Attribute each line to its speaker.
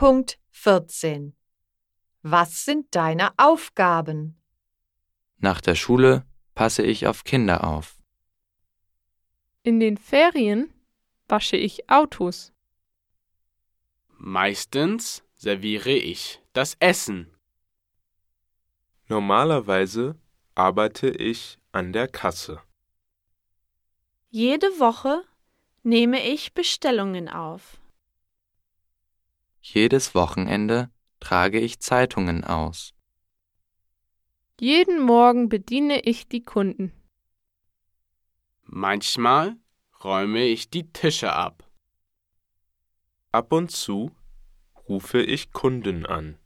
Speaker 1: 2.14 Was sind deine Aufgaben?
Speaker 2: Nach der Schule passe ich auf Kinder auf.
Speaker 3: In den Ferien wasche ich Autos.
Speaker 4: Meistens serviere ich das Essen.
Speaker 5: Normalerweise arbeite ich an der Kasse.
Speaker 6: Jede Woche nehme ich Bestellungen auf.
Speaker 2: Jedes Wochenende trage ich Zeitungen aus.
Speaker 3: Jeden Morgen bediene ich die Kunden.
Speaker 4: Manchmal räume ich die Tische ab.
Speaker 5: Ab und zu rufe ich Kunden an.